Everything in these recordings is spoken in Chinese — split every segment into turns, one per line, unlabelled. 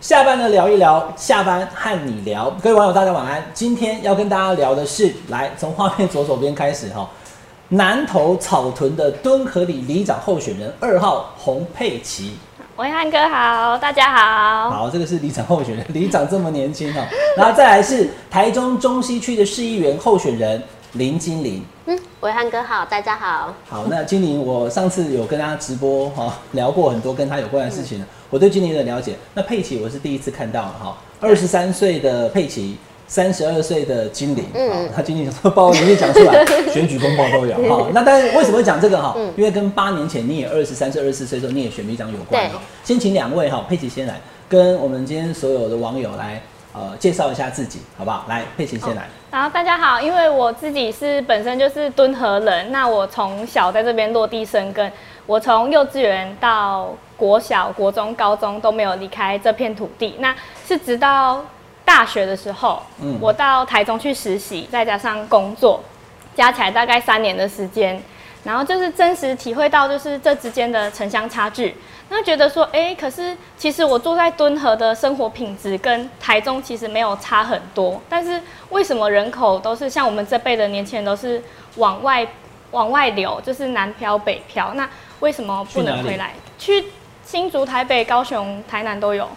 下班呢聊一聊，下班和你聊，各位网友大家晚安。今天要跟大家聊的是，来从画面左手边开始哈、南投草屯的敦和里里长候选人二号洪佩琪。
维汉哥好，大家好。
好，这个是里长候选人， 里长这么年轻哦。然后再来是台中中西区的市议员候选人林金玲。
嗯，伟汉哥好，大家好。
好，那金玲，我上次有跟大家直播哈、聊过很多跟她有关的事情了我对金玲的了解，那佩奇我是第一次看到哈，二十三岁的佩奇，三十二岁的金玲，嗯
嗯，
那金玲说把我年纪讲出来，选举公报都有 哈。那但是为什么会讲这个哈？因为跟八年前你也二十三岁、二十四岁的时候你也选民长有关哈
对。
先请两位哈，佩奇先来跟我们今天所有的网友来呃介绍一下自己，好不好？来，佩奇先来。
然后大家好，因为我自己是本身就是敦和人，那我从小在这边落地生根，我从幼稚园到国小、国中、高中都没有离开这片土地，那是直到大学的时候，
嗯
我到台中去实习，再加上工作，加起来大概三年的时间，然后就是真实体会到就是这之间的城乡差距，那觉得说，哎、可是其实我住在敦和的生活品质跟台中其实没有差很多，但是为什么人口都是像我们这辈的年轻人都是往外往外流，就是南漂北漂，那为什么不
去哪
能
里
回来？去新竹、台北、高雄、台南都有，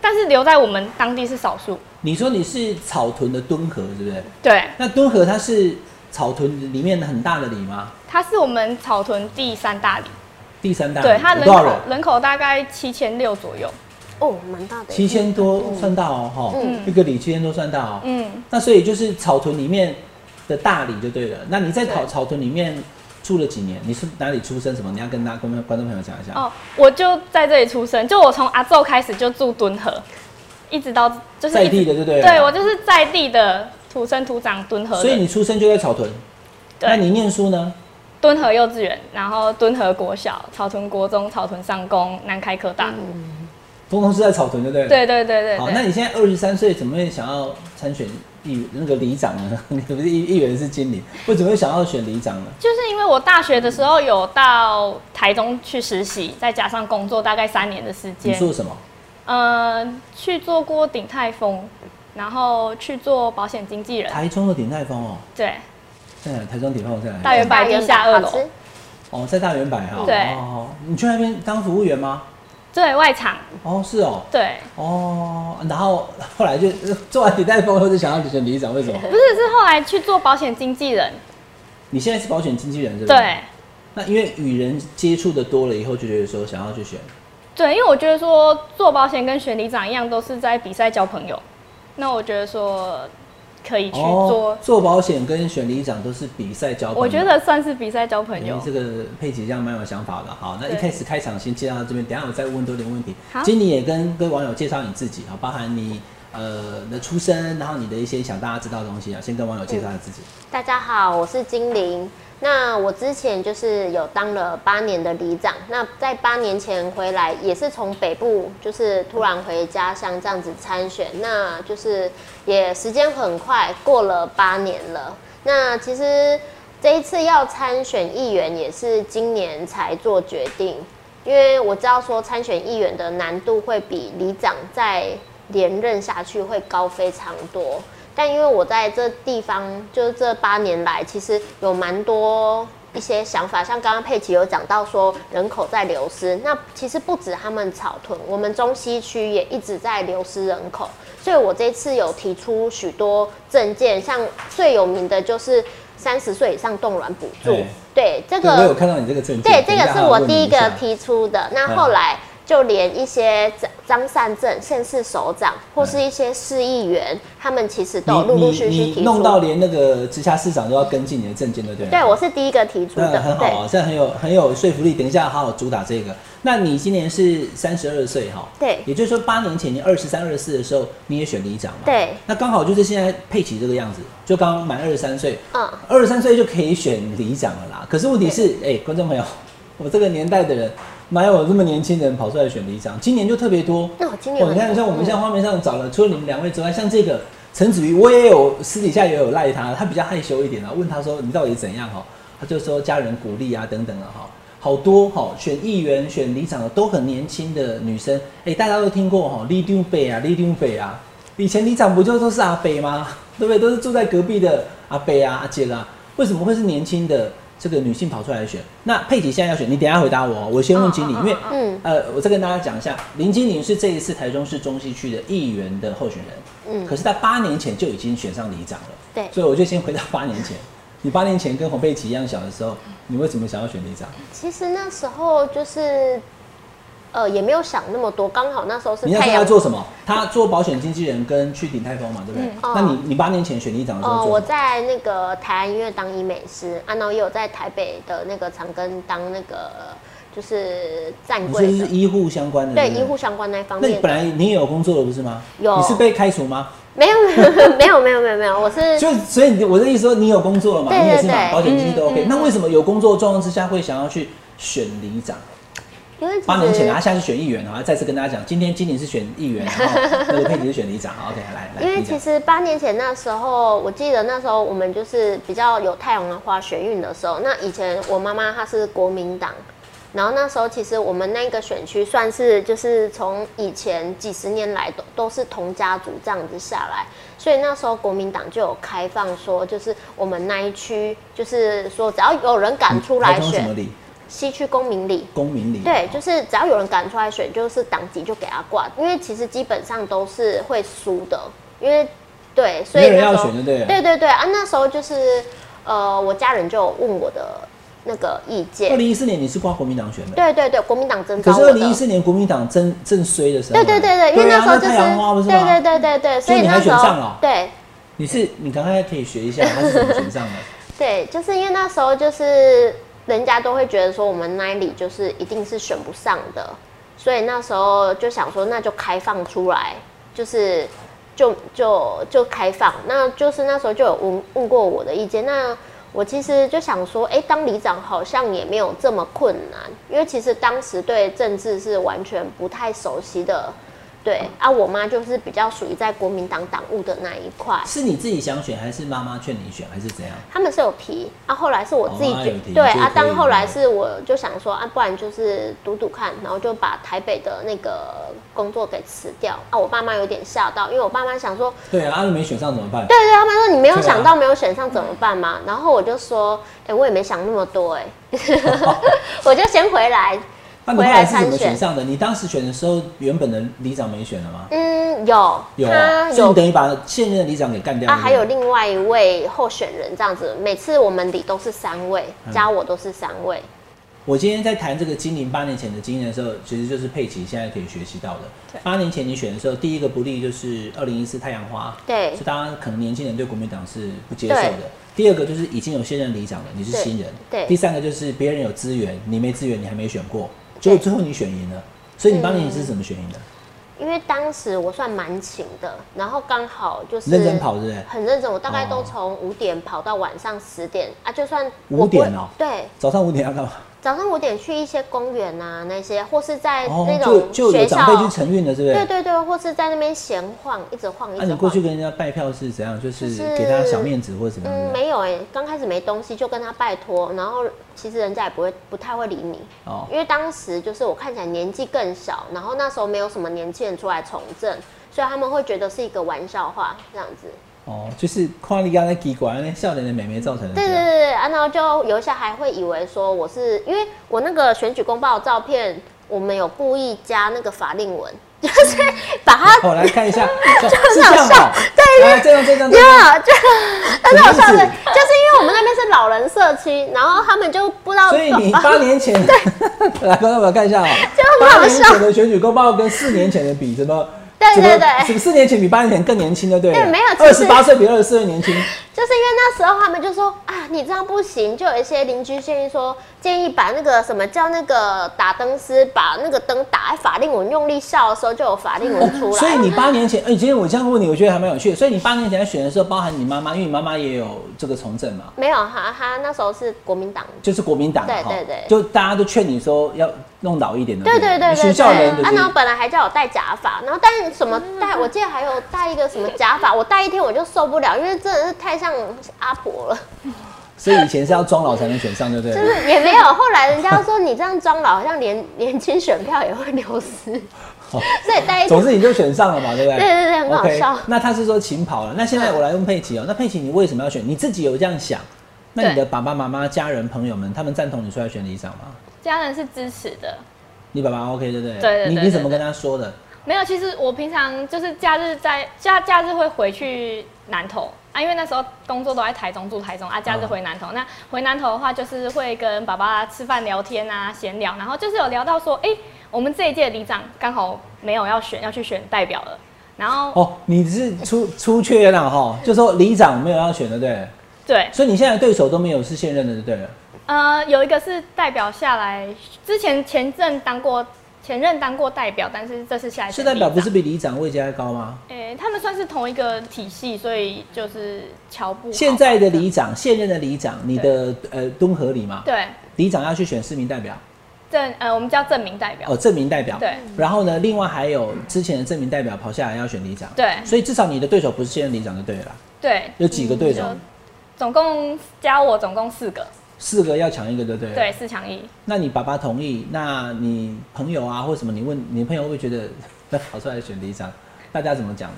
但是留在我们当地是少数。
你说你是草屯的敦和，是不是？
对，
那敦和它是草屯里面很大的里吗？
它是我们草屯第三大里，
第三大里
对，它
有
人
多少
口
人？
人口大概七千六左右。
哦，蛮大的。
七千多算大哦，哈、
嗯
一个里七千多算大哦。
嗯，
那所以就是草屯里面的大里就对了。那你在草
对
草屯里面住了几年？你是哪里出生？什么？你要跟大家观众观众朋友讲一下。
哦，我就在这里出生，就我从阿昼开始就住敦和，一直到就是
在
一直
地的就对了。
对我就是在地的土生土长敦和人，
所以你出生就在草屯，那
对
你念书呢？
敦和幼稚园，然后敦和国小、草屯国中、草屯上工、南开科大，
通通是在草屯就对了。。
对对对对
好，那
对。
你现在二十三岁，怎么会想要参选议那个里长呢？ 你不是议议员是经理，为什么会想要选里长呢？
就是因为我大学的时候有到台中去实习，再加上工作大概三年的时
你
间，
做什么？
呃，去做过鼎泰丰，然后去做保险经纪人，
台中的鼎泰丰哦，
对，
在哪？台中鼎泰丰在哪？
大圆百地下二楼
好吃
哦，在大圆百哈。
对
哦，你去那边当服务员吗？
对外场，
哦，是哦。
对，
哦，然后 后来就呃做完鼎泰丰后就想要选里长，为 什么？
不是是后来去做保险经纪人，
你现在是保险经纪人是不是？
对。
那因为与人接触的多了以后，就觉得说想要去选。
对，因为我觉得说做保险跟选里长一样，都是在比赛交朋友。那我觉得说可以去做，
做保险跟选里长都是比赛交朋友。
我觉得算是比赛交朋
因为
友
哎这。个佩奇这样蛮有想法的。好，那一
对
开始开场先介绍到这边，等一下我再问多点问题。
好
经理也跟各位网友介绍你自己啊，包含你呃你的出身，然后你的一些想大家知道的东西啊，先跟网友介绍一下自己。
大家好，我是精灵。那我之前就是有当了八年的里长，那在八年前回来，也是从北部就是突然回家乡这样子参选，那就是也时间很快过了八年了。那其实这一次要参选议员也是今年才做决定，因为我知道说参选议员的难度会比里长再连任下去会高非常多。但因为我在这地方，就是这八年来，其实有蛮多一些想法，像刚刚佩奇有讲到说人口在流失，那其实不止他们草屯，我们中西区也一直在流失人口，所以我这次有提出许多证件，像最有名的就是三十岁以上动卵补助
对，
对这
对，
个
我有看到你这个证件。
对，
等
这
一下
个是
还要
我
问
第
你
一个
下嗯
提出的。那后来就连一些张张善政、县市首长或是一些市议员，他们其实都有陆
嗯你
陆
你
续续
你
提
弄到
出。
连那个直辖市长都要跟进你的证件，对不对？
对，我是第一个提出
那
的
很。好
对
啊，这样很有很有说服力。等一下好好主打这个。那你今年是三十二岁哈，
对
也就是说八年前你二十三、二十四的时候，你也选里长嘛，
对。
那刚好就是现在佩奇这个样子，就刚刚满二十三岁，
嗯，
二十三岁就可以选里长了啦。可是问题是，哎、观众朋友， 我这个年代的人，哪有这么年轻人跑出来选里长？今年就特别多。
那我哦今年
哇
很
你看，
多嗯
像我们现在画面上找了，除了你们两位之外，像这个陈子瑜，我也有私底下也有赖他，他比较害羞一点啊，问他说你到底怎样哈、他就说家人鼓励啊等等啊哈。好多哈、选议员、选里长的都很年轻的女生。哎、大家都听过哈、李丢北啊，李丢北啊，以前里长不就都是阿北吗？ 对不对？都是住在隔壁的阿北啊、阿姐啊，为什么会是年轻的这个女性跑出来选？那佩姐现在要选，你等一下回答我哦，我先问经理，
嗯嗯嗯
因为
嗯
嗯
呃，我再跟大家讲一下，林金玲是这一次台中市中西区的议员的候选人，
嗯
可，是他八年前就已经选上里长了，
对，
所以我就先回到八年前。你八年前跟洪佩琪一样小的时候，你为什么想要选里长？
其实那时候就是，呃，也没有想那么多，刚好那时候是
你那
太
时候要
阳。
做什么？他做保险经纪人跟去鼎泰丰嘛，对不对？
嗯
哦
那你你八年前选里长的时
呃，
候
我
做什么？
在那个台安医院当医美师，啊，然后也有在台北的那个长庚当那个就是站
你
柜
说
的
是，医护相关的
对
不
医护相关那一方
那你
面
本。来你也有工作了不是吗？
有
你是被开除吗？
没有没有没有没有没有，我是
就所以你我的意思说，你有工作了嘛？
对
你也是
对
嘛，
对
保险经纪都 OK、
嗯嗯
那为什么有工作的状况之下会想要去选里长？
因为其
八年前啊，
实
他现在是选议员啊。再次跟大家讲，今天今年是选议员，然后那个佩奇是选里长。好，OK，来来，
因为
里长
其实八年前那时候，我记得那时候我们就是比较有太阳能化学运的时候。那以前我妈妈她是国民党，然后那时候其实我们那个选区算是就是从以前几十年来都都是同家族这样子下来，所以那时候国民党就有开放说，就是我们那一区就是说只要有人敢出
台
来
中什么
选，
里？
西区公民里。
公民里。
对，就是只要有人敢出来选，就是党籍就给他挂，因为其实基本上都是会输的，因为对，所以
没有人要
那时候
选就对了
对对对啊，那时候就是呃，我家人就有问我的那个意
二
见，
零一四年你是挂国民党选的，
对对对，国民党征召
可是
我
二
的，
零一四年国民党正正衰的时候。
对对对对，因为
对啊
那时候就是
太阳花不是
对
吗？
对对对对，
所
所
以
以
你还
那时
选上
候
了
对
你是你刚才可以学一下他是怎么选上的。
对，就是因为那时候就是人家都会觉得说我们那里就是一定是选不上的，所以那时候就想说那就开放出来，就是就就就开放，那就是那时候就有问问过我的意见，那我其实就想说，哎、当里长好像也没有这么困难，因为其实当时对政治是完全不太熟悉的。对啊，我妈就是比较属于在国民党党务的那一块，
是你自己想选，还是妈妈劝你选，还是怎样？
他们是有提啊，后来是我自己
哦那
觉、
有提
对
就可
啊
以，
但后来
了
是我就想说啊，不然就是赌赌看，然后就把台北的那个工作给辞掉啊。我爸妈有点吓到，因为我爸妈想说，
对啊，啊你没选上怎么办？
对对，他们说你没有
对啊
想到没有选上怎么办嘛？然后我就说，哎、我也没想那么多、 哎，我就先回来。
那你后来是怎么选上的？你当时选的时候，原本的里长没选了吗？
嗯，有，
有
他
啊，所以
有
你等于把现任的里长给干掉
啊，
了。
还有另外一位候选人这样子，每次我们里都是三位，加我都是三位。
我今天在谈这个金陵八年前的经验的时候，其实就是佩奇现在可以学习到的。八年前你选的时候，第一个不利就是二零一四太阳花，
对
是大家可能年轻人对国民党是不接受
对
的。第二个就是已经有现任里长了，你是
对
新人。
对
第三个就是别人有资源，你没资源，你还没选过，结果最后你选赢了。所以你八
嗯
年前是怎么选赢的？
因为当时我算蛮勤的，然后刚好就是
认真跑，对不对？
很认真，我大概都从五点跑到晚上十点、啊，就算
5
我不会
点哦
对，
早上五点要干嘛？
早上五点去一些公园啊那些，或是在那
哦就
种
就
学
有
校，啊
长辈去承运了，对不
对对对，或是在那边闲晃，一直晃一
那、
直
你过
晃。
去跟人家拜票是怎样？就是
就是
给他小面子或者怎么样
嗯，
的？
没有哎、刚开始没东西就跟他拜托，然后其实人家也不会不太会理你，
哦，
因为当时就是我看起来年纪更小，然后那时候没有什么年轻人出来从政，所以他们会觉得是一个玩笑话这样子。
哦，就是看你刚才奇怪，那笑脸的美眉造成的。
对对对对，啊，然后就有一些还会以为说我是因为我那个选举公报的照片，我们有故意加那个法令纹，就是 把它
好，我来看 一下，是这样哦。
对
来这样这样这样。
呀， 就但是好笑
什
的，
么
就是
意
因为我们那边是老人社区，然后他们就不知道，
所以你 八年前， 来观众朋友看一下哦，
就很
八
好
年
笑
前的选举公报跟四年前的比，怎么？
对对
怎么
对
怎么四年前比八年前更年轻，对不对了？
对没有
二
其
十
实
八岁比二十四岁年轻。
就是因为那时候他们就说啊，你这样不行，就有一些邻居建议说，建议把那个什么叫那个打灯师把那个灯打在法令纹，用力笑的时候就有法令纹出来。
所以你八年前，哎、今天我这样问你，我觉得还蛮有趣的。所以你八年前在选的时候，包含你妈妈，因为你妈妈也有这个从政嘛。
没有哈，他那时候是国民党
就是国民党
对
哈
对对
就大家都劝你说要弄老一点的，
对对对
学
对
校人
对，
的
啊，然后本来还叫我戴假发，然后但什么戴，我记得还有戴一个什么假发，我戴一天我就受不了，因为真的是太像上阿婆了，
所以以前是要装老才能选上，对不对？
就是也没有。后来人家说你这样装老，好像年年轻选票也会流失，
哦
所以大家
总之你就选上了嘛，对不对？
哎对对对很好
OK，
笑
那他是说勤跑了，那现在我来问佩奇哦、那佩奇你为什么要选？你自己有这样想？那你的
对
爸爸妈妈、家人、朋友们，他们赞同你出来选里长吗？
家人是支持的。
你爸爸 OK 对不对？
对对对
你
对
你怎么跟他说的？
没有，其实我平常就是假日在假假日会回去南投啊，因为那时候工作都在台中，住台中
嗯
啊，假日回南投。那回南投的话，就是会跟爸爸吃饭聊天啊，闲聊，然后就是有聊到说，哎、我们这一届的里长刚好没有要选，要去选代表了，然后、
哦，你是出出缺了哈，就说里长没有要选，对不对？
对，
所以你现在对手都没有是现任的，对不对？
呃，有一个是代表下来，之前前任当过前任当过代表，但是这次下来
是
选
代表
里
不
长
是比里长位阶还高吗？
诶、他们算是同一个体系，所以就是乔布
现在的里长，现任的里长，你的呃敦和里嘛，
对。
里长要去选市民代表，
证呃，我们叫证明代表。
哦，证明代表。
对。
然后呢，另外还有之前的证明代表跑下来要选里长。。
对
所以至少你的对手不是现任里长就对了啦。
对，
有几个对手？
就总共加我总共四个，
四个要抢一个，对不对？
对，。四强一。
那你爸爸同意？那你朋友啊，或什么？你问你朋友会不会觉得 那跑出来选里长，大家怎么讲的？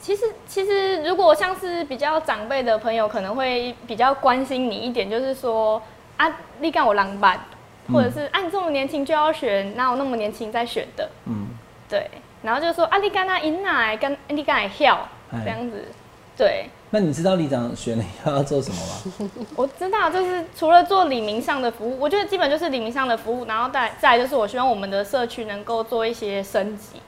其实，其实如果像是比较长辈的朋友，可能会比较关心你一点，就是说啊，你干我狼吧，或者是、啊，你这么年轻就要选，哪有那么年轻在选的？
嗯。
对，然后就说啊，你干那赢哪，干你干来跳
哎
这样子。对，
那你知道里长选了以后要做什么 吗？
我知道，就是除了做李明上的服务，我觉得基本就是李明上的服务，然后再再来就是我希望我们的社区能够做一些升级。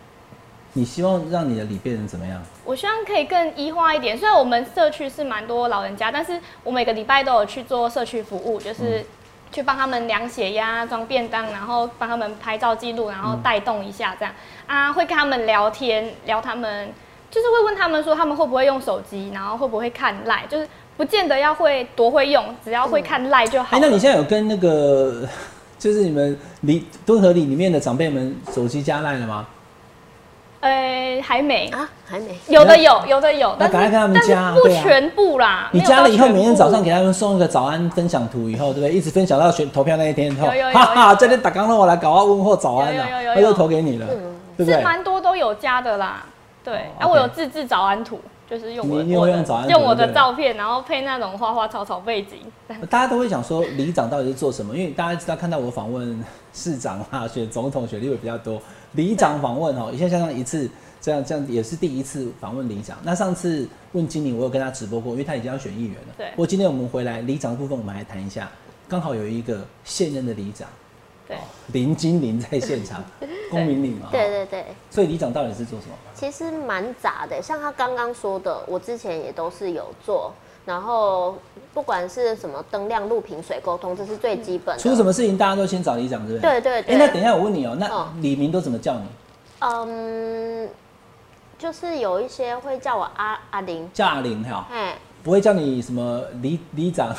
你希望让你的里变成怎么样？
我希望可以更医化一点。虽然我们社区是蛮多老人家，但是我每个礼拜都有去做社区服务，
嗯
就是去帮他们量血压、装便当，然后帮他们拍照记录，然后带动一下这样、啊，会跟他们聊天，聊他们就是会问他们说他们会不会用手机，然后会不会看赖，就是不见得要会多会用，只要会看赖就好
哎、
了。
那你现在有跟那个 就是你们里敦和里里面的长辈们手机加赖了吗？
呃还没。
啊，还没。
有的有，有的有，
那
但
赶快
是
跟他们
但是
加啊
不
对啊
全部啦。
你
没有到
加了以后，
全
每天早
部
上给他们送一个早安分享图，以后对不对？一直分享到选投票那一天以后，
有有有
哈哈，
有
这天打刚让我来搞啊，问候早安了
有有有，有
他又投给你了，对不
是
对？
蛮多都有加的啦。对，
OK
啊，我有自制早安图，就是用我
你你
我
会
的
用早安图
用我
对
的
不对
照片，然后配那种花花草草背景。
大家都会想说里长到底是做什么？因为大家知道看到我访问市长啊、选总统、选立委比较多，里长访问 哦，现在像一次这样这样也是第一次访问里长。那上次问经理，我有跟他直播过，因为他已经要选议员了。
对
不过今天我们回来里长的部分，我们还谈一下，刚好有一个现任的里长
对，
哦林金玲在现 场，公民领嘛。哦
对对对，
所以里长到底是做什么？
其实蛮杂的，像他刚刚说的，我之前也都是有做。然后不管是什么灯亮、路平、水沟通，这是最基本的。
出什么事情大家都先找里长，对不对？
对对
哎、
对
那等一下我问你哦、
哦
那李明都怎么叫你？
嗯，就是有一些会叫我阿阿玲，
叫阿玲哈？
哎，
不会叫你什么里里 长，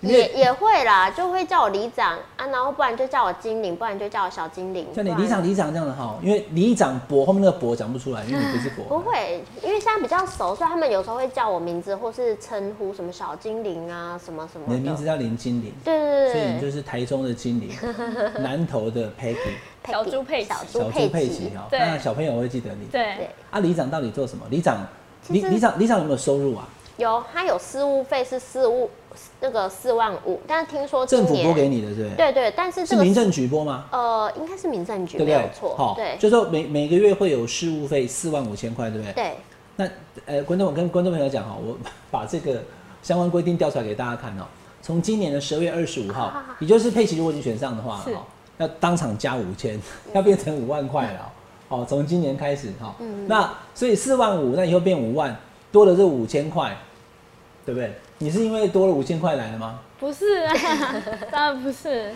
因
也
为
也会啦，就会叫我里长啊，然后不然就叫我精灵，不然就叫我小精灵。
叫你
不然
里长里长这样的哈，因为里长伯后面那个伯讲不出来，因为你不是
不
伯。
会，因为现在比较熟，所以他们有时候会叫我名字，或是称呼什么小精灵啊，什么什么
你的名字叫林金玲，
对对
所以
对
你
对，
就是台中的金 玲，南投的 Peggy，
佩
小
奇
猪佩奇
小
小
猪
猪
佩
佩
奇
奇。哈。
对
那小朋友会记得你。
对
对，
啊，里长到底做什么？里长，
其
里
实
里长里长有没有收入啊？
有，它有事务费是四五那个四万五，但是听说今
政府拨
年
给你的，对不对？
对对，但是
是
这个
民政局拨吗？
呃应该是民政局
对不
没有
对？
错
好，，
对
就说每每个月会有事务费四万五千块，对不对？
对
那呃，观众跟观众朋友讲哈，我 把这个相关规定调出来给大家看哦。从今年的十二月二十五号，也就是佩奇如果你选上的话，
是
哦，要当场加五千，要变成五万块了哦。哦，从今年开始哈、
嗯
那所以四万五，那以后变五万，多了这五千块，对不对？你是因为多了五千块来的吗？
不是 啊，当然不是。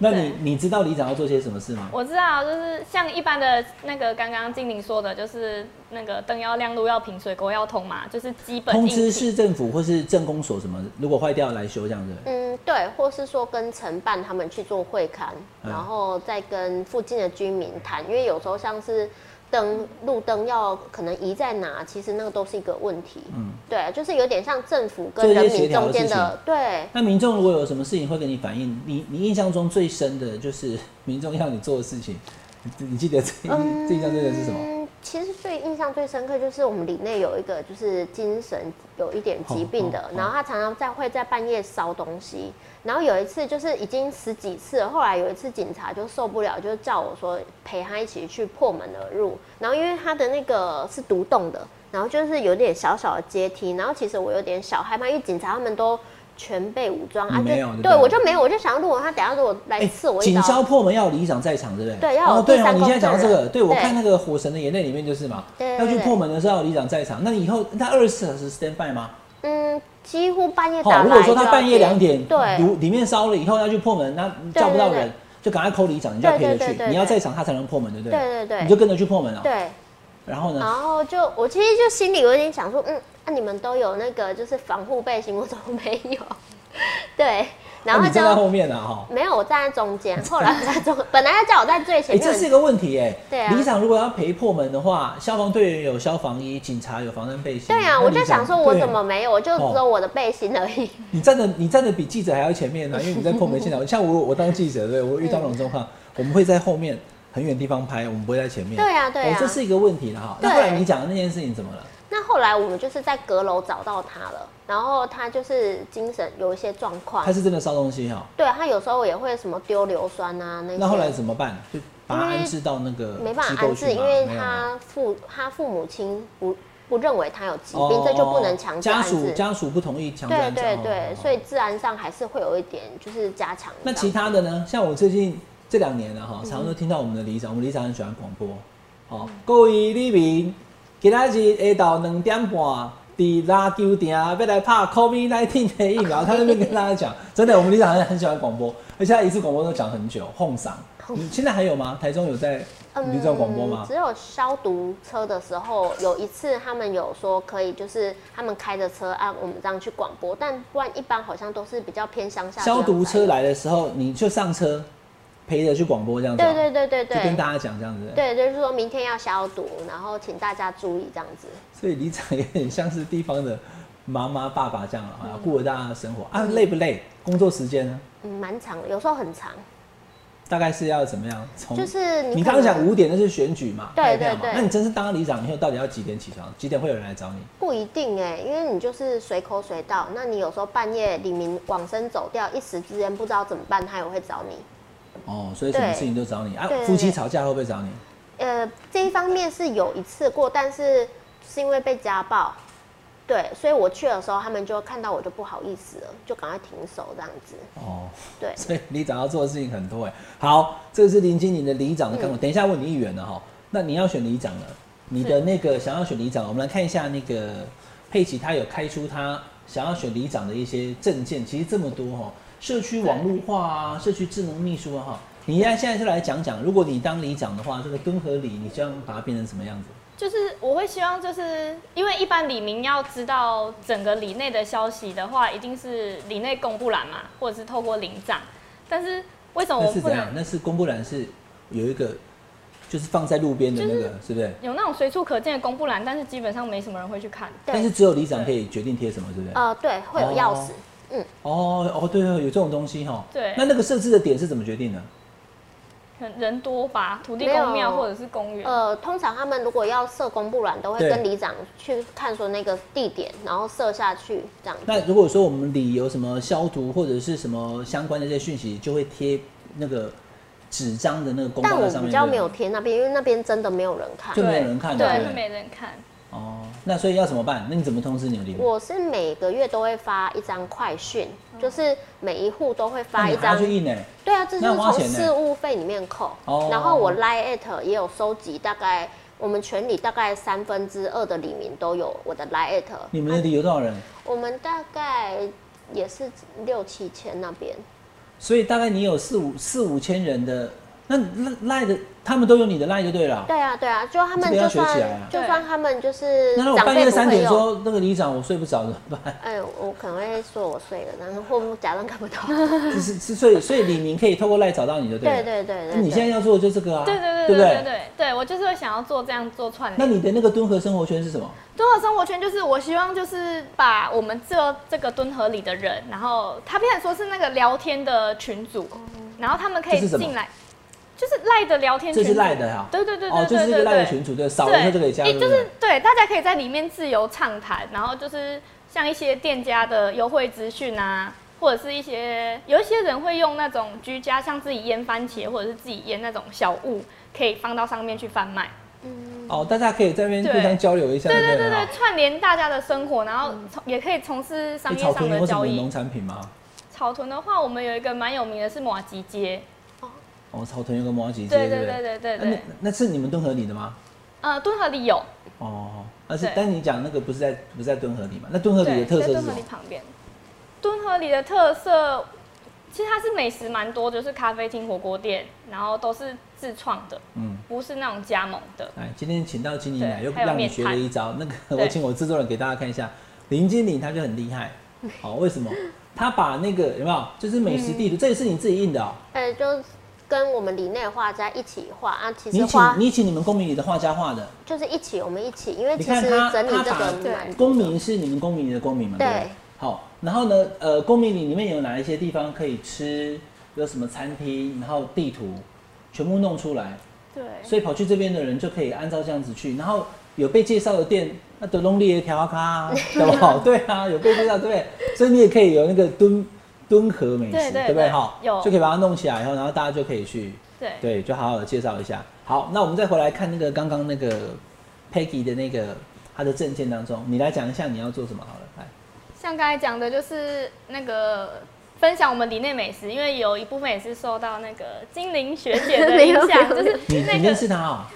那你你知道里长要做些什么事吗？
我知道，就是像一般的那个刚刚精灵说的，就是那个灯要亮，路要平，水沟要通嘛，就是基本
通
硬
知
体
市政府或是镇公所什么，如果坏掉来修这样子。
嗯，对，或是说跟承办他们去做会刊，
嗯
然后再跟附近的居民谈，因为有时候像是灯路灯要可能移在哪，其实那个都是一个问题。
嗯
嗯，对，就是有点像政府跟
做一些
人
协
民
调的
中间
事情
的，对，
那民众如果有什么事情会跟你反映，你你印象中最深的就是民众要你做的事情，你你记得最、最印象深的是什么？
嗯，其实最印象最深刻就是我们里内有一个就是精神有一点疾病的，
哦哦
然后他常常在会在半夜烧东西，然后有一次就是已经十几次了，后来有一次警察就受不了，就叫我说陪他一起去破门而入，然后因为他的那个是独栋的，然后就是有点小小的阶梯，然后其实我有点小害怕，因为警察他们都。全备武装啊，
你
就
没有对不
对
对哎
我就没有，我就想要如果他等下如果来刺我一
警
刀，
消破门要有里长在场，对不对？
对要有
哦，对
第
哦，
三
你
公
现在讲到这
证人
个，对我
对
看那个《火神的眼泪》里面就是嘛，
对对
要去
对
破门的时候要有里长在场。那你以后他二十四小时 stand by 吗？
嗯，几乎半夜
好、
打来、
如果说他半夜两点，
对，
如里面烧了以后要去破门，那叫不到
对对
人，就赶快扣里长，你就要陪着
对对对
去，
对
你要在场他才能破门，对不对？
对对对
你就跟着去破门啊了、
对，
然后呢？
然后就我其实就心里有点想说，嗯，那、你们都有那个就是防护背心，我怎么没有？ 对，
那
然后
啊你站在
就
后面了、哈。
没有，我站在中间，后来我在中， 本来要叫我在最前
哎、这
面，
是一个问题哎、
对啊
里长如果要陪破门的话，消防队员有消防衣，警察有防弹背心。
对啊，
那
我
里
就
长
想说我
对
怎么没有，我就
哦嗯
只有我的背心而已。
你站的你站的比记者还要前面呢、因为你在破门现 场。像我我当记者，对我遇到那种状
嗯
况，我们会在后面很远地方拍，我们不会在前面。
对啊对啊
哦这是一个问题了哈。那
对
后来你讲的那件事情怎么了？
那后来我们就是在阁楼找到他了，然后他就是精神有一些状况
他，是真的烧东西哈、
对他有时候也会什么丢硫酸啊那些。
那后来怎么办？就把他
因为
安置到那个
没办
机
法
构
安
去
置，因
吗
为
没有啊吗
他父他父母亲不不认为他有疾病，
哦
这就不能强制
家
安
属
置。
家属不同意强制
对
安置。
对
哦
对，
哦
所以自然上还是会有一点就是加强这
那
样。
其他的呢？像我最近这两年呢，啊哈，
嗯
常常都听到我们的里长，我们里长很喜欢广播，哦，各位里民，今仔日下昼两点半，伫拉球场要来拍 COVID 19的疫 苗，他在那边跟大家讲，真的，我们里长很很喜欢广播，而且他一次广播都讲很久，哄嗓。你现在还有吗？台中有在里长广播吗？
嗯只有消毒车的时候，有一次他们有说可以，就是他们开着车啊按我们这样去广播，但不然一般好像都是比较偏乡下。
消毒车。来的时候，你就上车陪着去广播这样子哦、
对对对对
就跟
对。
大家讲这样子。
对，就是说明天要消毒，然后请大家注意这样子。
所以里长也很像是地方的妈妈、爸爸这样啊，顾着大家的生活啊，累不累？工作时间呢？
嗯，蛮长的，有时候很长，
大概是要怎么样？从
就是你
你
可
刚刚讲
能
五点那是选举嘛，
对
代表嘛
对对
那你真是当里长以后，到底要几点起床？几点会有人来找你？
不一定哎、因为你就是随口随到，那你有时候半夜李明往生走掉，一时之间不知道怎么办，他也会找你。
哦，所以什么
对
事情都找你啊
对对。对
夫妻吵架会不会找你？
呃，这一方面是有一次过，但是是因为被家暴，对，所以我去的时候，他们就看到我就不好意思了，就赶快停手这样子。
哦，
对，
所以里长要做的事情很多哎。好，这是林经理的里长的干
嗯
部。等一下问你议员了哈，那你要选里长了，你的那个想要选里长，我们来看一下那个佩奇，他有开出他想要选里长的一些证件，其实这么多哈，社区网络化啊，社区智能秘书啊哈。你现在现在就来讲讲，如果你当里长的话，这个敦和里，你希望把它变成什么样子？
就是我会希望，就是因为一般李明要知道整个里内的消息的话，一定是里内公布栏嘛，或者是透过领长。但是为什么
那
哦我
是
不
怎样？
能
那是公布栏是有一个，就是放在路边的那个，
就是
不是？
有那种随处可见的公布栏？但是基本上没什么人会去看。
但是
对，
只有里长可以决定贴什么，对不对？
呃，对，会有钥匙。嗯，
哦哦，对哦，有这种东西哈、哦。
对
那那个设置的点是怎么决定的？
可能人多吧，土地
没有
公庙或者是公
哦
园。
呃，通常他们如果要设公布栏，都会
对
跟里长去看说那个地点，然后设下去这样子。
那如果说我们里有什么消毒或者是什么相关的一些讯息，就会贴那个纸张的那个公
但
告
我
在上
比
面。
较
对不对
没有贴那边，因为那边真的没有人看
就。没有人看对
对，
不对
就没人看。
哦，那所以要怎么办？那你怎么通知你的里面？
我是每个月都会发一张快讯，就是每一户都会
嗯那
发
你
一
还要
张。
去印呢、
对啊，这就
那
是
花
从
钱呢
事务费里面扣
哦。
然后我 Line at 也有收集，大概我们全里大概三分之二的里民都有我的 Line at。啊
你们的里有多少人？
我们大概也是六七千那边。
所以大概你有四五四五千人的那赖赖的他们都有你的赖就对了。
对啊，对啊，就他们
这个要
就
学
算
起来啊
就算他们就是
那如果
长
半
辈
夜
不
三
会
点
用，
说那个里长我睡不着怎么办？
哎，我可能会说我睡了，然后或假装看不到。
是是是，所以所以李宁可以透过赖找到你就 对了。
对对对
那
对，
你现在要做的就是这个啊，
对对
对
对对
不
对对对，我就是会想要做这样做串
那
联。
你的那个敦和生活圈是什么？
敦和生活圈就是我希望就是把我们这这个敦和里的人，然后他变成说是那个聊天的群组，然后他们可
哦这
以
是什么
进来，就是赖的聊天
这
群
是
组。
赖的哈。
对对对对
哦，就是一
对
个
对
赖的
对
群主，对，少
对，
人他就可以加入。
诶
对不
就
对
是对，大家可以在里面自由畅谈，然后就是像一些店家的优惠资讯啊，或者是一些有一些人会用那种居家像自己腌番茄或者是自己腌那种小物，可以放到上面去贩卖。
哦，大家可以在那边
对
互相交流一下，
对
对
对
不
对
对哦
对，？串联大家的生活，然后从也可以从事商
诶
业
草
上
屯
的
有什
交
么
易
农。产品吗？
草屯的话，我们有一个蛮有名的是马吉街，
哦，草屯有个摩羯街，
对
对
对
不
对
对？
对对
啊
对，
那那是你们敦和里的吗？
呃，敦和里有，
哦，但是
对
但你讲那个不是在不是在敦和里嘛？那敦和里的
对，
特色
在
是
敦
什
和
么
里？旁边，敦和里的特色其实它是美食蛮多，就是咖啡厅、火锅店，然后都是自创的，
嗯，
不是那种加盟的。
来，今天请到金玲来，
对
又
还有
让你
面
学了一招。那 个，我请我制作人给大家看一下，林经理他就很厉害。好、为什么？他把那个有没有，就是美食
嗯
地图，这也是你自己印的哦。
呃，就跟我们里内的画家一起画啊，其实
你请
画
你请你们公民里的画家画的，
就是一起，我们一起，因为
你
其
看
实
他
整理
他
这
把
个蛮
公民是你们公民里的公民嘛？
对
不好，然后呢，呃，公民里里面有哪一些地方可以吃？有什么餐厅？然后地图全部弄出来。
对，
所以跑去这边的人就可以按照这样子去，然后有被介绍的店，那德隆利也调啊 咖，对不？对啊，有被介绍对，所以你也可以有那个敦敦和美食，
对对
不对
对
哈？
有
就可以把它弄起来以后，然后大家就可以去，
对，
对，就好好的介绍一下。好，那我们再回来看那个刚刚那个 Peggy 的那个她的证件当中，你来讲一下你要做什么好了，来，
像刚才讲的，就是那个分享我们里内美食，因为有一部分也是受到那个精灵学姐的
没有
影响，
没
就
有
是
你
那
你认
个
识她啊、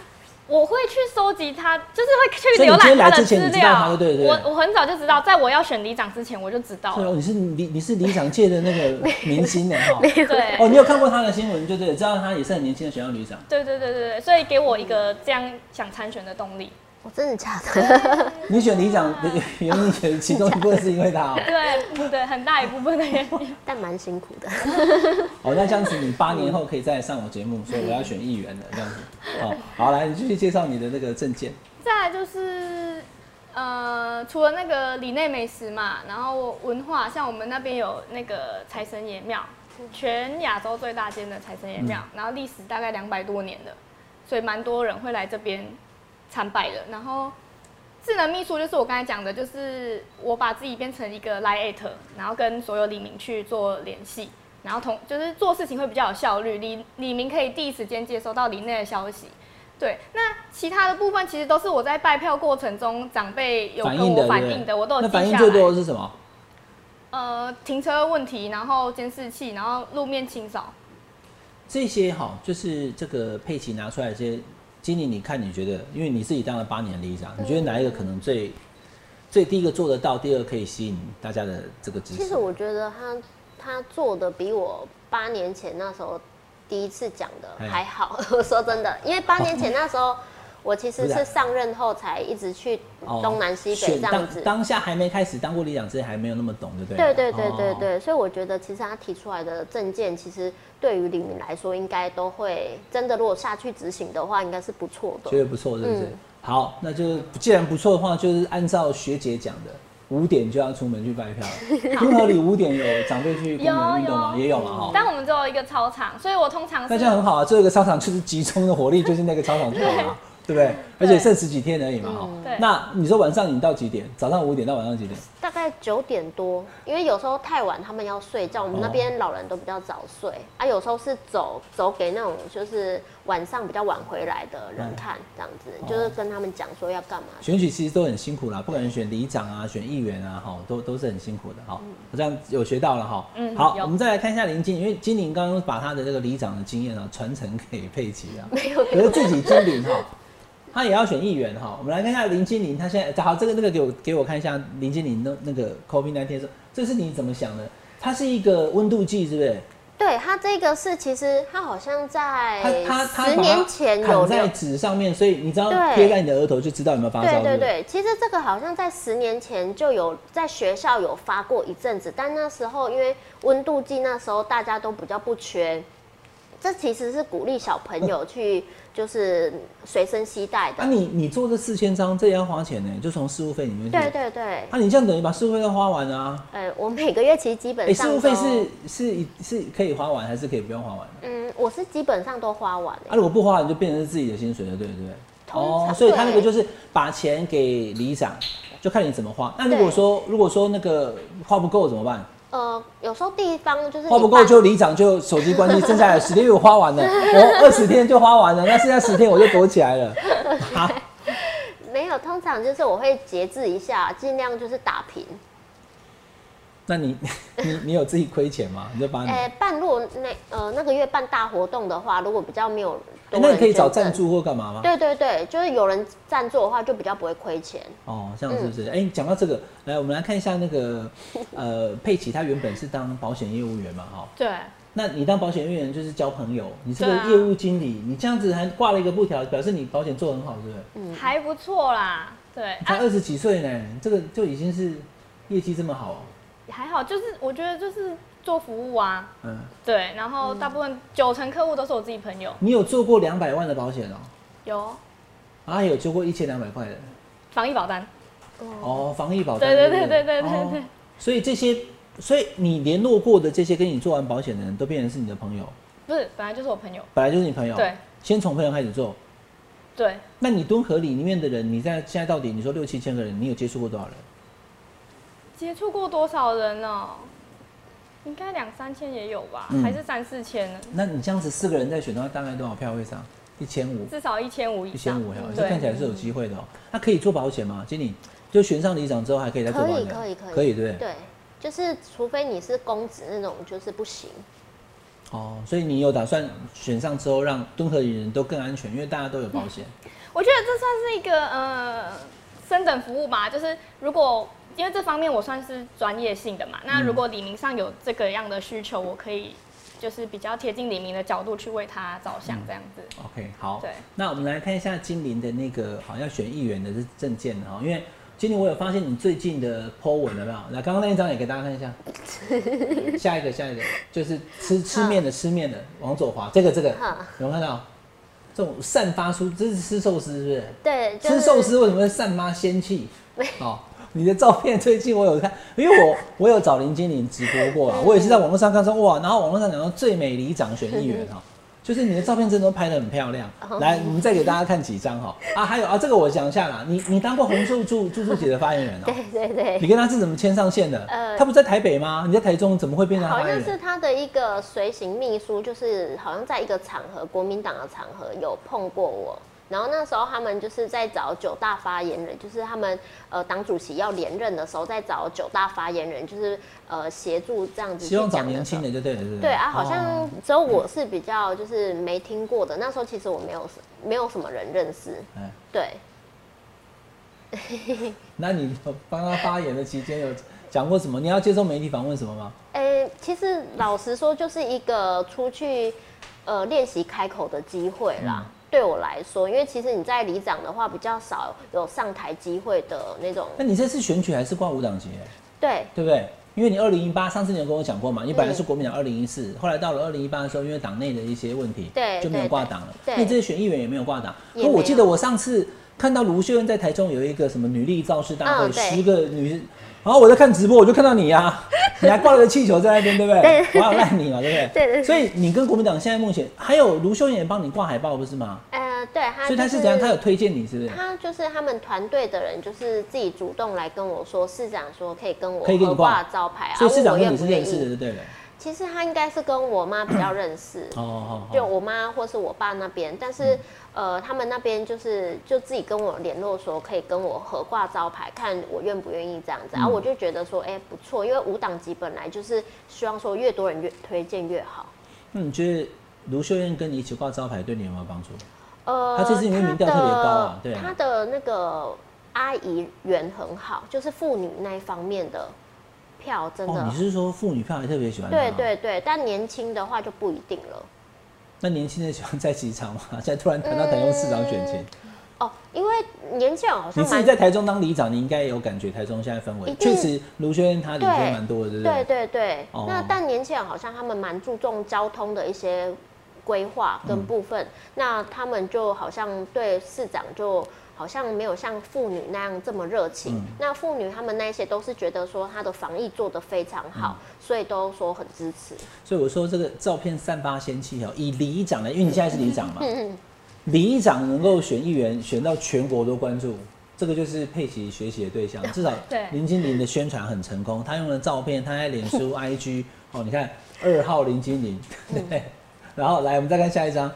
我会去收集她，就是会去
所以你
浏
今天
览她
来之
的
前
资
你知道她
料。
对不对
我我很早就知道，在我要选里长之前我就知道
对哦，
了。
你是里你是里长界的那个明星呢 哈。
对，
哦，你有看过她的新闻，就对了，知道她也是很年轻的学校旅长。
对对对对对，所以给我一个这样想参选的动力。
我真的假的？
你选里长 的原因，选其中一部分是因为他哦。
对嗯对，很大一部分的原因。
但蛮辛苦的。
哦，那这样子你八年后可以再上我节目，所以我要选议员了，这样子。哦，好，来，你继续介绍你的那个证件。
再来就是，呃，除了那个里内美食嘛，然后文化，像我们那边有那个财神爷庙，全亚洲最大间的财神爷庙，
嗯
然后历史大概两百多年的，所以蛮多人会来这边参拜的。然后智能秘书就是我刚才讲的，就是我把自己变成一个 lie at，然后跟所有李明去做联系，然后同就是做事情会比较有效率，
嗯
李李明可以第一时间接收到林内的消息。对，那其他的部分其实都是我在拜票过程中长辈有
反
跟
应的，
我反
对
映
不对
的，我都有
那
记下
反
来。
应最多的是什么？
呃，停车问题，然后监视器，然后路面清扫。
这些哈，就是这个佩奇拿出来的这些经理，你看你觉得，因为你自己当了八年的里长，你觉得哪一个可能最最第一个做得到，第二个可以吸引大家的这个支持？
其实我觉得他他做的比我八年前那时候第一次讲
哎
的还好。 我说真的，因为八年前那时候。我其实
不是啊
是上任后才一直去
哦
东南西北
选
这样
当
子，
当下还没开始当过里长之前，还没有那么懂，对不对了？
对对对对
哦
对，所以我觉得其实他提出来的证件，其实对于李明来说，应该都会真的，如果下去执行的话，应该是不错
觉
的。
得不错，是不是？
嗯
好，那就是既然不错的话，就是按照学姐讲的，五点就要出门去拜票 了。雍和里五点有长辈去公园运动吗？
有有
也有嘛哦哈。
但我们只有一个操场，所以我通常
那
是
这样很好啊，这个操场就是集中的活力，就是那个操场就好了，对不对？嗯而且剩十几天而已嘛哈。
对
那你说晚上你到几点？早上五点到晚上几点？
大概九点多，因为有时候太晚他们要睡觉，我
哦
们那边老人都比较早睡、啊，有时候是走走给那种就是晚上比较晚回来的
嗯
人看，这样子、
哦
就是跟他们讲说要干嘛。
选举其实都很辛苦啦，不管是选里长啊、选议员啊，哈，都都是很辛苦的哈。
嗯
我这样有学到了哈。
嗯
好，
有
我们再来看一下林经理，因为金玲刚刚把她的这个里长的经验啊传承给佩奇 啊，可是自己经理哈，他也要选议员哈。我们来看一下林金玲，他现在好，这个那个给我给我看一下林金玲那那个 COVID 那天说，这是你怎么想的？它是一个温度计，是不是？
对他这个是，其实他好像在
他他他
哎十
把
年
它
前有
砍在
流
纸上面，所以你知道
对
贴在你的额头就知道有没有发烧。
对对
不
对，其实这个好像在十年前就有在学校有发过一阵子，但那时候因为温度计，那时候大家都比较不缺。这其实是鼓励小朋友去，就是随身携带
啊
的。
你，你做这四千张，这也要花钱呢，就从事务费里面去。
对对对，
啊，你这样等于把事务费都花完了啊。
呃，我每个月其实基
哎、
本上
事
都，
务费是是一是可以花完，还是可以不用花完的？
嗯，我是基本上都花完了、
啊，如果不花完，就变成是自己的薪水了，对不对？
通常
哦，所以他那个
对
就是把钱给里长，就看你怎么花。那如果
对
说如果说那个花不够怎么办？
呃，有时候地方就是
花
你
不够
办
就里长就手机关机，剩下来十天我花完了，我二十天就花完了，那剩下十天我就躲起来 了。好，
没有，通常就是我会节制一下，尽量就是打平。
那你 你你有自己亏钱吗？你就把你、
哎、办如果那呃那个月办大活动的话，如果比较没有多、
哎那你可以找赞。助啊或干嘛吗？
对对对，就是有人赞助的话，就比较不会亏钱。
哦，这样是不是？哎、讲到这个，来我们来看一下那个呃，佩奇他原本是当保险业务员嘛，哈、
对，
那你当保险业务员就是交朋友，你是个
对啊
业务经理，你这样子还挂了一个布条，表示你保险做得很好，对不对？
还不错啦。对
你
嗯啊
才，二十几岁呢，这个就已经是业绩这么好哦、
还好，就是我觉得就是做服务啊，
嗯，
对，然后大部分九成客户都是我自己朋友，
你有做过两百万的保险哦、
有
啊，还有做过一千两百块的
防疫保单，
哦，防疫保单。
对
不
对对对对对
哦所以这些，所以你联络过的这些跟你做完保险的人都变成是你的朋友，
不是本来就是我朋友，
本来就是你朋友。
对。
先从朋友开始做。
对，
那你敦和里里面的人，你在现在到底你说六七千个人，你有接触过多少人？
接触过多少人哦？应该两三千也有吧，
嗯
还是三四千呢？
那你这样子四个人在选的话，大概多少票会上？一千五，
至少一千五以
一千
上。
五呀，这
对
看起来是有机会的哦。那可以做保险吗？经理，就选上里长之后还可以再做
可
保
以
险？
可以可以
可以对不对？
对，就是除非你是公职那种，就是不行。
哦，所以你有打算选上之后让敦和里人都更安全，因为大家都有保险。
我觉得这算是一个呃升等服务吧，就是如果因为这方面我算是专业性的嘛，那如果李明上有这个样的需求，我可以就是比较贴近李明的角度去为他着想这样子。
OK，好，
对
那我们来看一下金陵的那个好像选议员的这证件哈，因为今年我有发现你最近的 po 文有没有？那刚刚那一张也给大家看一下，下一个下一个就是吃吃面的吃面的王左华，这个这个
好
有没有看到？这种散发出这是吃寿司是不是？
对，就
吃
是
寿司为什么会散发仙气？哦，你的照片最近我有看，因为我我有找林经理直播过
嗯
啊，我也是在网络上看说哇，然后网络上讲到最美里长选议员
嗯
哈、就是你的照片真的都拍得很漂亮。
哦
来，我们再给大家看几张哈、啊，还有啊，这个我讲一下啦，你你当过红树助助助姐的发言人哦、
对 对对，
你跟他是怎么牵上线的？
呃
他不在台北吗？你在台中怎么会变成
好
发言
像是
人？
他的一个随行秘书，就是好像在一个场合，国民党的场合有碰过我。然后那时候他们就是在找九大发言人，就是他们呃党主席要连任的时候，在找九大发言人，就是呃协助这样子去
希望找
讲的
年
时
轻
候
的就对了，是不是？
对啊，好
哦
像只有我是比较就是没听过的。那时候其实我没有没有什么人认识，
哎
对，
那你有帮他发言的期间有讲过什么？你要接受媒体访问什么吗？
诶、其实老实说，就是一个出去呃练习开口的机会
嗯
啦。对我来说，因为其实你在里长的话比较少有上台机会的那种，
那你这次选举还是挂五党籍耶、
对
对不对？因为你二零一八上次你有跟我讲过嘛，你本来是国民
嗯
党二零一四，后来到了二零一八的时候，因为党内的一些问题，
对
就没有
对
挂党了。
对
那你这次选议员也没有挂党。不
也
过我
没有
记得我上次看到卢秀燕在台中有一个什么女力造势大会，
嗯对
十个女，然后我在看直播，我就看到你 啊，你还挂了个气球在那边，对不对？我好赖你啊嘛，对不对？
对对
所以你跟国民党现在目前还有卢秀燕也帮你挂海报，不是吗？
呃，对他、就是，
所以他是怎样？他有推荐你是不是？
他就是他们团队的人，就是自己主动来跟我说，市长说可以跟我
可以给你
合
挂
挂招牌啊，
所以市长
问我
跟
愿
你是
不
认
愿
识的，
意。
就对了。
其实他应该是跟我妈比较认识，
哦哦嗯
就
哦，
我妈或是我爸那边，但是、呃，他们那边就是就自己跟我联络说，可以跟我合挂招牌，看我愿不愿意这样子。然、后、
嗯
我就觉得说，哎、不错，因为五档级本来就是希望说越多人越推荐越好。
那你觉得卢秀燕跟你一起挂招牌对你有没有帮助？
呃
她这次因为民调特别高啊
她的
对啊
她的那个阿姨缘很好，就是妇女那一方面的票真的，
哦，你是啊说妇女票还特别喜欢他
对？对对，但年轻的话就不一定了。
那年轻人喜欢在机场吗？ 现在突然谈到台中市长选情，
哦，因为年轻人好
你
像
自己
蛮
在台中当里长，你应该也有感觉台中现在氛围
一。定
确实，卢轩他领先蛮多的，对不对？
对对对，
哦
那但年轻人好像他们蛮注重交通的一些规划跟部分，那他们就好像对市长就好像没有像妇女那样这么热情。
嗯
那妇女他们那些都是觉得说他的防疫做得非常
嗯
好，所以都说很支持。
所以我说这个照片散发仙气哦，以里长来，因为你现在是里长嘛，
嗯
里长能够选议员，选到全国都关注。这个就是佩奇学习的对象，至少
对
林金玲的宣传很成功，他用了照片，他在脸书、IG 哦，你看二号林金玲，对，然后来我们再看下一张，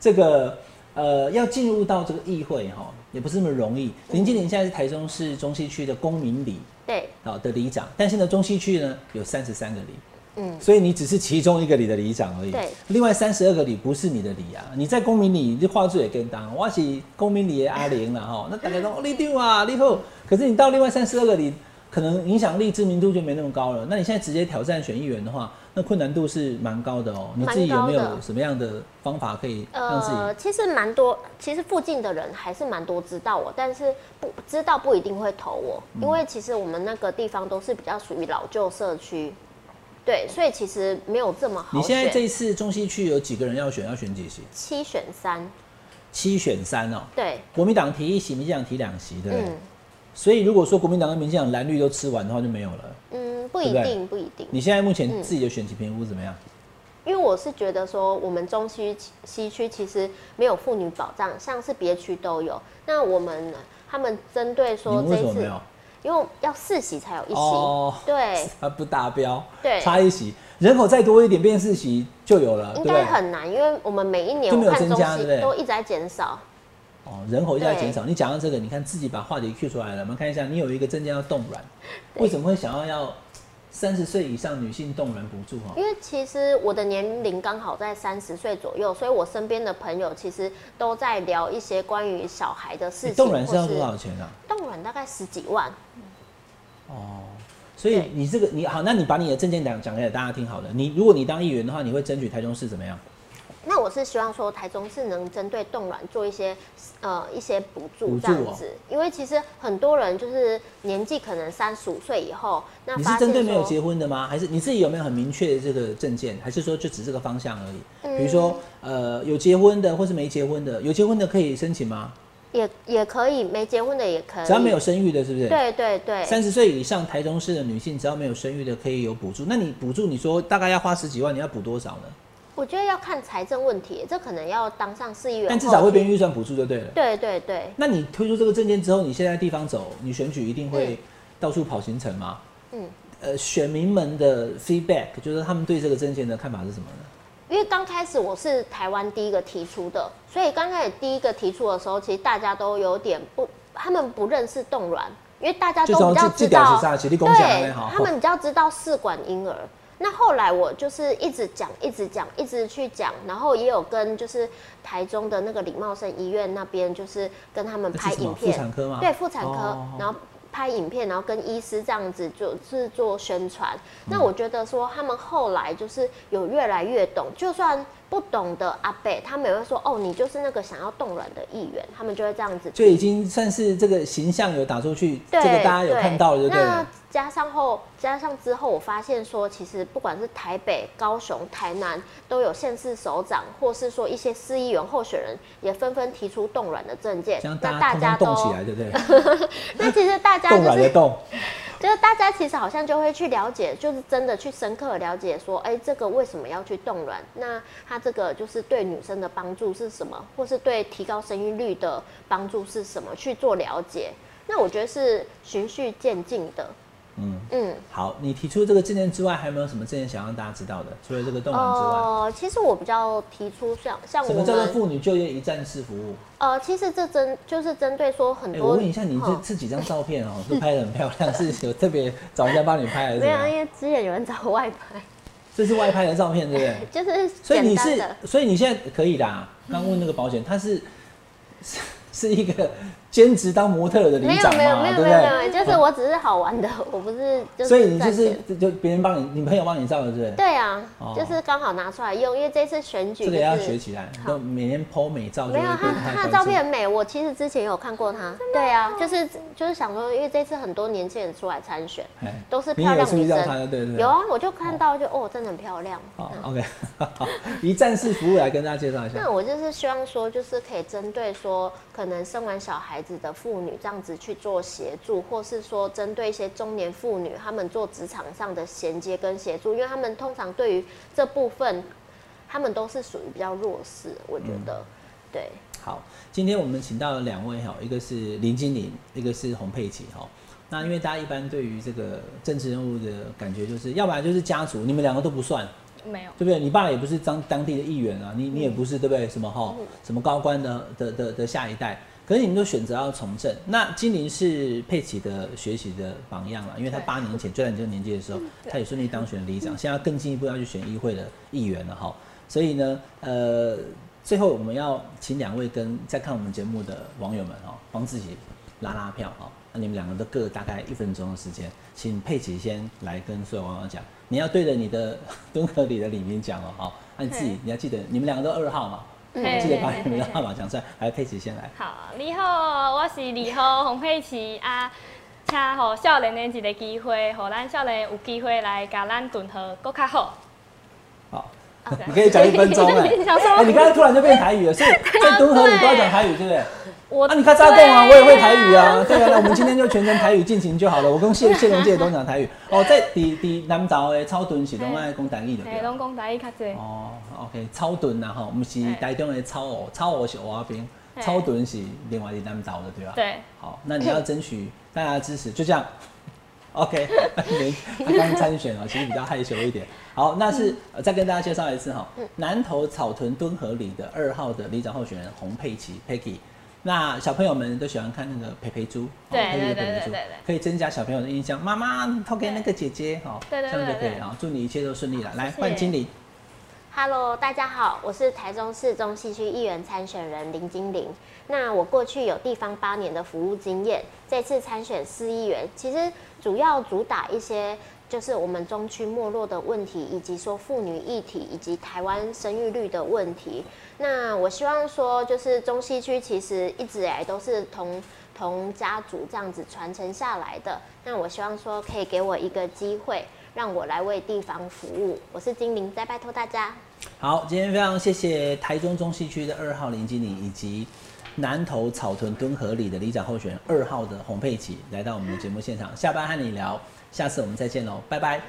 这个呃要进入到这个议会哈、也不是那么容易。林金玲现在是台中市中西区的公民里，
对，
好啊的里长，但是呢，中西区呢有三十三个里，
嗯
所以你只是其中一个里的里长而已。
对
另外三十二个里不是你的里啊，你在公民里你话术也更当，我是公民里的阿玲啦哈，那大家都哦你丢啊，你好，可是你到另外三十二个里，可能影响力、知名度就没那么高了。那你现在直接挑战选议员的话，那困难度是蛮高的哦。你自己有没
蛮高
有
的
什么样的方法可以让自己？
呃，其实蛮多，其实附近的人还是蛮多知道我，但是不知道不一定会投我，
嗯
因为其实我们那个地方都是比较属于老旧社区，对，所以其实没有这么好选。
你现在这一次中西区有几个人要选？要选几席？
七选三，
七选三哦。
对，
国民党提一席，民进党提两席，对不对？
嗯
所以如果说国民党跟民进党蓝绿都吃完的话，就没有了。
嗯，不一
对不对
定，不一定，
你现在目前自己的选情评估怎么样？
因为我是觉得说，我们中区西区其实没有妇女保障，像是别区都有。那我们他们针对
你
嗯说
们
这
为什么
一
没
次
有，？
因为要四席才有一席，
哦
对，
它不达标，
对
差一席，人口再多一点变四席就有呃了，对
应
不对？
该很难，因为我们每一年
就没
我
有
看
增
中
加对不
西
对
都一直在减少。
哦，人口一直在
对
减少。你讲到这个，你看自己把话题 Q 出来了，我们看一下，你有一个证件要冻卵，为什么会想要要三十岁以上女性冻卵补助？哈，
因为其实我的年龄刚好在三十岁左右，所以我身边的朋友其实都在聊一些关于小孩的事
你
情。
冻卵是要
或
多少？钱啊？
冻卵大概十几万。
哦，所以
对
你这个你好，那你把你的证件讲讲给大家听好了。你如果你当议员的话，你会争取台中市怎么样？
那我是希望说，台中市能针对冻卵做一些呃一些补助
补
这
助哦
样子，因为其实很多人就是年纪可能三十五岁以后，那
你是
发现
针对没有
说
结婚的吗？还是你自己有没有很明确的这个证件？还是说就只是这个方向而已？比如说，
嗯
呃，有结婚的或是没结婚的，有结婚的可以申请吗？
也也可以，没结婚的也可以，
只要没有生育的，是不是？。
对对对，
三十岁以上台中市的女性，只要没有生育的，可以有补助。那你补助，你说大概要花十几万，你要补多少呢？
我觉得要看财政问题，这可能要当上市议员后去，
但至少会编预算补助就对了。
哦对对对，
那你推出这个证件之后，你现在地方走，你选举一定
嗯
会到处跑行程吗？
嗯，
呃，选民们的 feedback 就是他们对这个证件的看法是什么呢？
因为刚开始我是台湾第一个提出的，所以刚开始第一个提出的时候，其实大家都有点不，他们不认识冻卵，因为大家
就
都比
从
较
这
知
这屌
道
丝，上，起立共享
对
的哈，。
他们比较知道试管婴儿。那后来我就是一直讲，一直讲，一直去讲，然后也有跟就是台中的那个李茂盛医院那边，就是跟他们
那是
拍
什么
影片，
妇产科吗
对，妇产科，
哦
然后拍影片，然后跟医师这样子就是做宣传。那我觉得说他们后来就是有越来越懂，就算不懂的阿伯，他们也会说哦，你就是那个想要冻卵的议员，他们就会这样子
就已经算是这个形象有打出去，这
对，
个大家有看到了，就对
那
了。
加上后，加上之后，我发现说，其实不管是台北、高雄、台南，都有县市首长，或是说一些市议员候选人，也纷纷提出冻卵的证件
这样。大
那
家
大
通
家
通
都
动起来，对不对？
那其实大家
动
就
软的
是
动，
就是大家其实好像就会去了解，就是真的去深刻地了解说，哎、这个为什么要去冻卵？那它这个就是对女生的帮助是什么，或是对提高生育率的帮助是什么？去做了解。那我觉得是循序渐进的。
嗯。
嗯。
好，你提出这个证件之外，还有没有什么证件想让大家知道的？除了这个动软之外，
呃，其实我比较提出像像
什
我
么叫做
们
妇女就业一站式服务？
呃，其实这针就是针对说很
哎、
多。
我问一下，你这
嗯
这几张照片哦，都拍的很漂亮，是有特别找人家帮你拍还是怎
没有，
么样？
因为之前有人找我外拍，
这是外拍的照片，对不对？
就是
所以
简
你
单
是
的，。
所以你现在可以啦。刚问那个保险，它是是是一个兼职当模特儿的里
没有
长
没有
嘛，
没有
对不
没
对？
有，就是我只是好玩的， 我不是就是
所以你就
赚
是
钱
就就别人帮你，你朋友帮你照的，对不对？
对啊
哦，
就是刚好拿出来用，因为这次选举
这
就
个
是
要学起来，
好
就每天 PO 美照就
没
会
有
变
他
态
他
关
的照
注
片很美，我其实之前有看过他，对啊，就是就是想说，因为这次很多年轻人出来参选，
哎
都是
你
漂
有
亮
注
女
意到他
生，
的，对对对。
有啊，我就看到就哦，真的很漂亮。
好，OK，好 一站式服务来跟大家介绍一下
那。我就是希望说，就是可以针对说可能生完小孩子的妇女这样子去做协助，或是说针对一些中年妇女，她们做职场上的衔接跟协助，因为她们通常对于这部分，她们都是属于比较弱势，我觉得，对，
好，今天我们请到了两位哈，一个是林金玲，一个是洪佩琪哈。那因为大家一般对于这个政治人物的感觉，就是要不然就是家族，你们两个都不算，
没有，嗯
对不对？你爸也不是当当地的议员啊，你你也不是，对不对？什么哈，什么高官的的的的下一代，可是你们都选择要从政。那金玲是佩奇的学习的榜样了，啊因为他
对嗯
八年前就在你这个年纪的时候，他也顺利当选了里长，现在更进一步要去选议会的议员了哈。所以呢，呃，最后我们要请两位跟在看我们节目的网友们哦，帮自己拉拉票哦。那你们两个都各大概一分钟的时间，请佩奇先来跟所有网友讲，你要对着你的 敦和里的李明讲哦，好，那你自己
嘿
你要记得，你们两个都二号嘛，
嘿
记得把
嘿
你们的
嘿
号码讲出来。来，佩奇先来。
好，你好，我是李好洪佩琪啊，请予少年的一个机会，予咱少年有机会来甲咱顿河更较好。
好
OK，
你可以讲一分 钟哎、
你想说
哎你刚才突然就变台语了，所以在敦和里都要讲台语，对不对？
我
啊，你看扎共啊，我也会台语啊。对啊，那我们今天就全程台语进行就好了。我跟谢谢龙介都讲台语。哦，在底底南岛的超屯是拢爱讲台语的
嘿，
对了。
拢讲台语较济。
哦，OK，超屯啊吼，毋是
嘿
台中的超偶，超偶是蚵仔冰，
嘿
超屯是另外一南岛的对吧？。
对，
好，那你要争取大家的支持，就这样。OK，那你他刚参选哦，其实比较害羞一点。好，那是、
嗯
呃再跟大家介绍一次哈、南投草屯敦和里的二号的里长候选人洪佩琪 Peggy。那小朋友们都喜欢看那个培培猪，哦
对
佩奇的培
对
培
对
猪
对对
可以增加小朋友的印象。妈妈，投给那个姐姐哈，
对对
这样就
对
可以
对
啊。祝你一切都顺利了。来，
谢谢
换经理。
Hello，大家好，我是台中市中西区议员参选人林金玲。那我过去有地方八年的服务经验，这次参选市议员，其实主要主打一些就是我们中区没落的问题，以及说妇女议题，以及台湾生育率的问题。那我希望说，就是中西区其实一直以来都是同同家族这样子传承下来的。那我希望说，可以给我一个机会，让我来为地方服务。我是金玲，再拜托大家。
好，今天非常谢谢台中中西区的二号林经理以及南投草屯敦和里的里长候选人二号的洪佩琪来到我们的节目现场。下班和你聊，下次我们再见喽，拜拜。